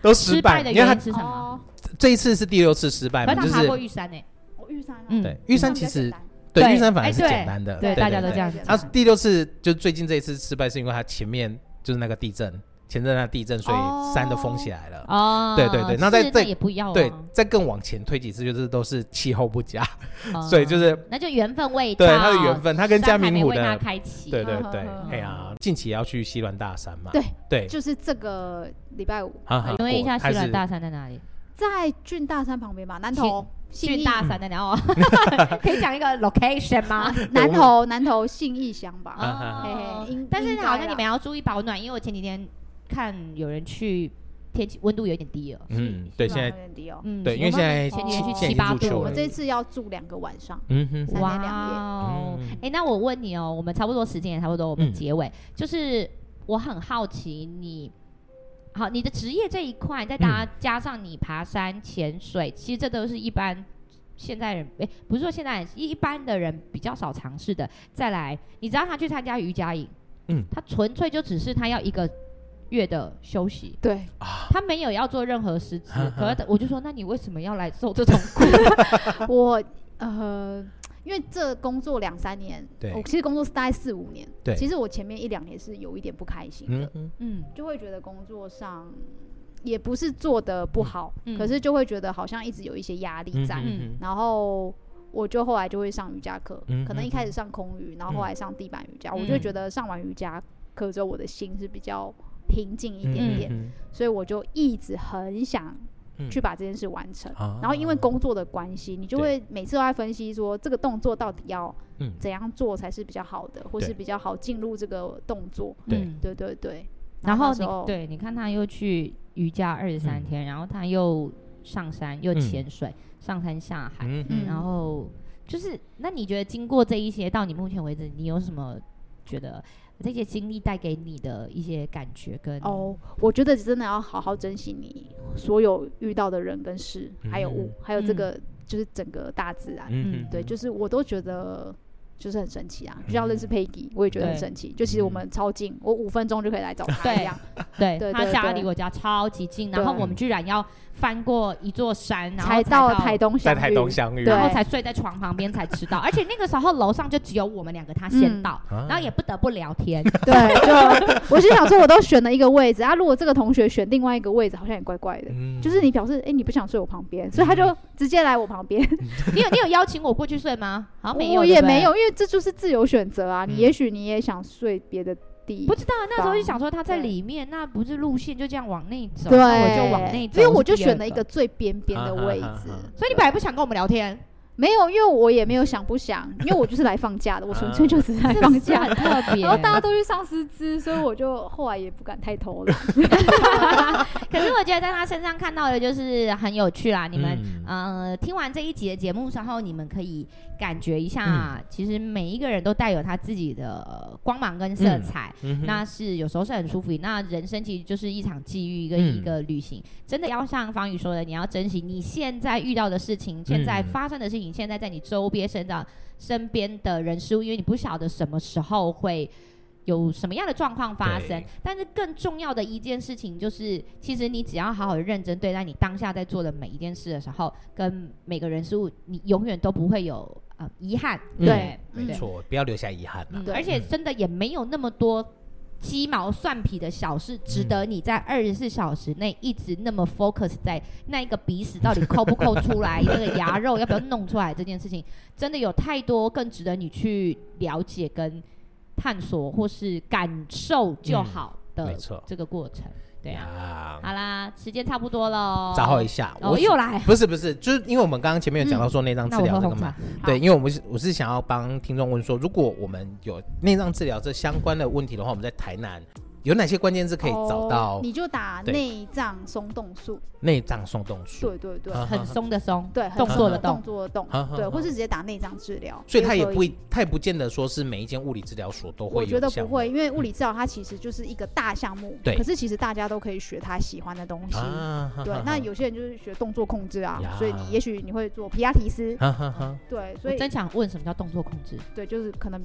都失
失败
败，
的
因
原
为他
因是什么？
哦，
这一次是第六次失败嘛，
而
就
且他爬过
是
玉山欸呢。
我玉山啊，
嗯
对玉山
比较
其实
简单
对
对
玉山反而
哎
是
对
简单的，
对
对
大家
对
都
对
这样
对对
他第六次就最近这一次失败，是因为他前面就是那个地震，前阵那地震，所以山都封起来了。
哦，
对对对那在
是
这
也不要啊
对，再更往前推几次，就是都是气候不佳，
哦
所以就是
那就缘分未到，
对他的缘分，他跟
山
嘉
还
明
没
湖
为他
的，
开启，
对对对
嗯，
哎呀，近期也要去西峦大山嘛，
对
对，
就是这个礼拜五
哈哈
请问一下，西
还是
峦大山在哪里？
在俊大山旁边吧，南投信
去
义
大山在哪里？ 哦，可以讲一个 location 吗？
南投南投信义乡吧，
啊
嘿
哦
嘿，应
但是
应该
好像你
啦
们要注意保暖，因为我前几天看有人去，天气温度有点低了。
嗯，对，现在
在低哦。
嗯，
对，因为现在
前几天去
现在
七
已经
八
入
度
秋
我
了
们，这次要住两个晚上，
嗯哼，
三
哇
天两夜
哦
嗯，
哎，那我问你哦，我们差不多时间也差不多，我们
嗯
结尾就是我很好奇你。好，你的
嗯
职业这一块，再搭加上你爬山、潜水，其实这都是一般现代人，哎、不是说现代人，一一般的人比较少尝试的。再来，你知道他去参加瑜伽营，
嗯，
他纯粹就只是他要一个月的休息，
对，
他没有要做任何实质。可是我就说，那你为什么要来受这种苦？
我呃，因为这工作两三年，
对
我其实工作是大概四五年，
对
其实我前面一两年是有一点不开心的，
嗯，
嗯，
就会觉得工作上也不是做的不好，
嗯
可是就会觉得好像一直有一些压力在，
嗯
然后。我就后来就会上瑜伽课，
嗯
可能一开始上空瑜，然后后来上地板瑜伽，我就会觉得上完瑜伽课之后，我的心是比较平静嗯一点点，
点，
所以我就一直很想
嗯
去把这件事完成。
啊
然后因为工作的关系，你就
对
会每次都在分析说这个动作到底要
嗯
怎样做才是比较好的，或是
对
比较好进入这个动作。
对
嗯
对对对。
然后
那时
你
候
对，你看他又去瑜伽二十三
嗯
天，然后他又上山又
嗯
潜水，上山下海，
嗯
嗯
然后就是那你觉得经过这一些到你目前为止，你有什么觉得这些经历带给你的一些感觉跟？
哦，我觉得真的要好好珍惜你所有遇到的人跟事，还有物，还有这个就是整个大自然。
嗯
对，就是我都觉得。就是很神奇啊！就像认识 Peggy，我也觉得很
对
神奇。就其实我们超近，我五分钟就可以来找他一样。
对，
对
他
对
家
对
离我家超级近，然后
对
我们居然要翻过一座山，然后
才
到
到台，东
在
相遇，
台东相遇，
对
然后才睡在床旁边才吃到，而且那个时候楼上就只有我们两个，他先
嗯
到，
然
然后也不得不聊天，
对，就我是想说，我都选了一个位置啊，如果这个同学选另外一个位置，好像也怪怪
嗯
的。就是你表示，哎、你不想睡我旁边，所以他就直接来我旁边。
你有你有邀请我过去睡吗？好像没有，
我
对
也
不对
没。有，因为这就是自由选择啊。
嗯
你也许你也想睡别的地
不，知道那时候就想说他在
对
里面，那不是路线就这样往内走，
对，
那我就往内走，
因为我就
第
是
二
选了一个，最边边的位
啊啊
置
啊啊。
所以你本来不想跟我们聊 天，
没有，因为我也没有想不想，因为我就是来放假的，我纯
啊
粹就只是 来
这
哎放
个是
假
很。特 别。
然后大家都去上师资，所以我 就后来也不敢太偷了。
可是我觉得在他身上看到的就是很有趣啦。你们、
们
呃听完这一集的节目之后，你们可以感觉一下，其实每一个人都带有他自己的呃光芒跟色彩。
嗯
那是有时候是很舒服，那人生其实就是一场际遇跟
嗯
一个旅行，真的要像方宇说的，你要珍惜你现在遇到的事情，现在
嗯
发生的事情，现在在你周边生长身边的人事物，因为你不晓得什么时候会有什么样的状况发生
对。
但是更重要的一件事情就是，其实你只要好好地认真对待你当下在做的每一件事的时候，跟每个人事物，你永远都不会有呃遗憾。
嗯
对，
嗯
没
对
错，不要留下遗憾了。
嗯
对
而且真的也没有那么多鸡毛蒜皮的小事，值
嗯
得你在二十四小时内一直那 么 focus 在那一个鼻屎到底抠不抠出来，那个牙肉要不要弄出来这件事情，真的有太多更值得你去了解跟探索或是感受就好
没
的
错，
这个过程。对啊，
啊，
好啦，时间差不多喽，
稍后一下，
哦
我
又来，
不是不是，就是因为我们刚刚前面有讲到说内脏治
那我
疗
喝
这个
红
嘛
茶，，
对，因为我们是我是想要帮听众问说，如果我们有内脏治疗这相关的问题的话，我们在台南有哪些关键字 可以找
哦
到
你就打
对
内脏松动素，
内脏松动术？
对对对，
啊
很松的松，
对，很
动作
的
的
动
动
作的动
好好，好
对，或是直接打内脏治疗，
所以它也
可
不一，它也不见得说是每一间物理治疗所都会
我
有
觉得
项
不
目嗯
会，因为物理治疗它其实就是一个大项目，
对
可是其实大家都可以学他喜欢的东西，
啊，哈
对
哈。
那有些人就是学动作控制啊
呀，
所以你也许你会做皮亚提斯，
哈哈哈，
对，所
我
以
真想问什么叫动作控制？
对，就是可能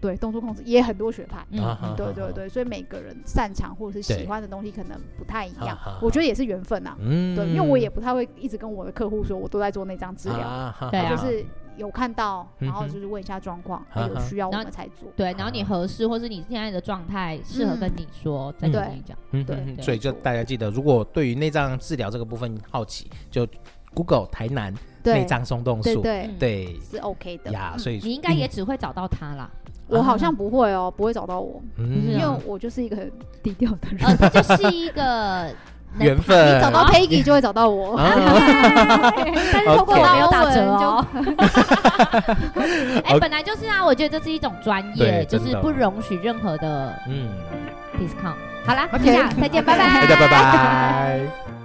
对动作控制也很多学派。
嗯
啊哈
嗯
对对对，所以每个人擅长或者是
对
喜欢的东西可能不太一
好
样
好好，
我觉得也是缘分啊。
嗯
对，因为我也不太会一直跟我的客户说我都在做内脏治疗，
啊哈哈
对啊
就是有看到，然后
嗯哼
就是问一下状况，
嗯哼
有需要我
然后
们才做。
对，然后你
啊
合适，或是你现在的状态适合跟你说，再
嗯
跟你讲。
嗯
对
嗯嗯
对
所以就大家记得，如果对于内脏治疗这个部分好奇，就 Google 台南内
对
脏松动
对
术，
嗯
对，
对
是 OK 的。嗯
呀，所以
你嗯应该也只会找到他 啦，
我好像不会哦，不会找到我，
嗯
是
因
嗯啊
为我就是一个很低调的 人。
呃，这就是一 个能
缘分，
你找到 Peggy 就会找到我。
啊，
但是透过
OK
我没有打折哦。哎，
OK
本来就是啊，我觉得这是一种专业，
对
就是
真的
不容许任何的
嗯，
discount。好啦，
OK
就这样，再见，拜拜，
大家拜拜。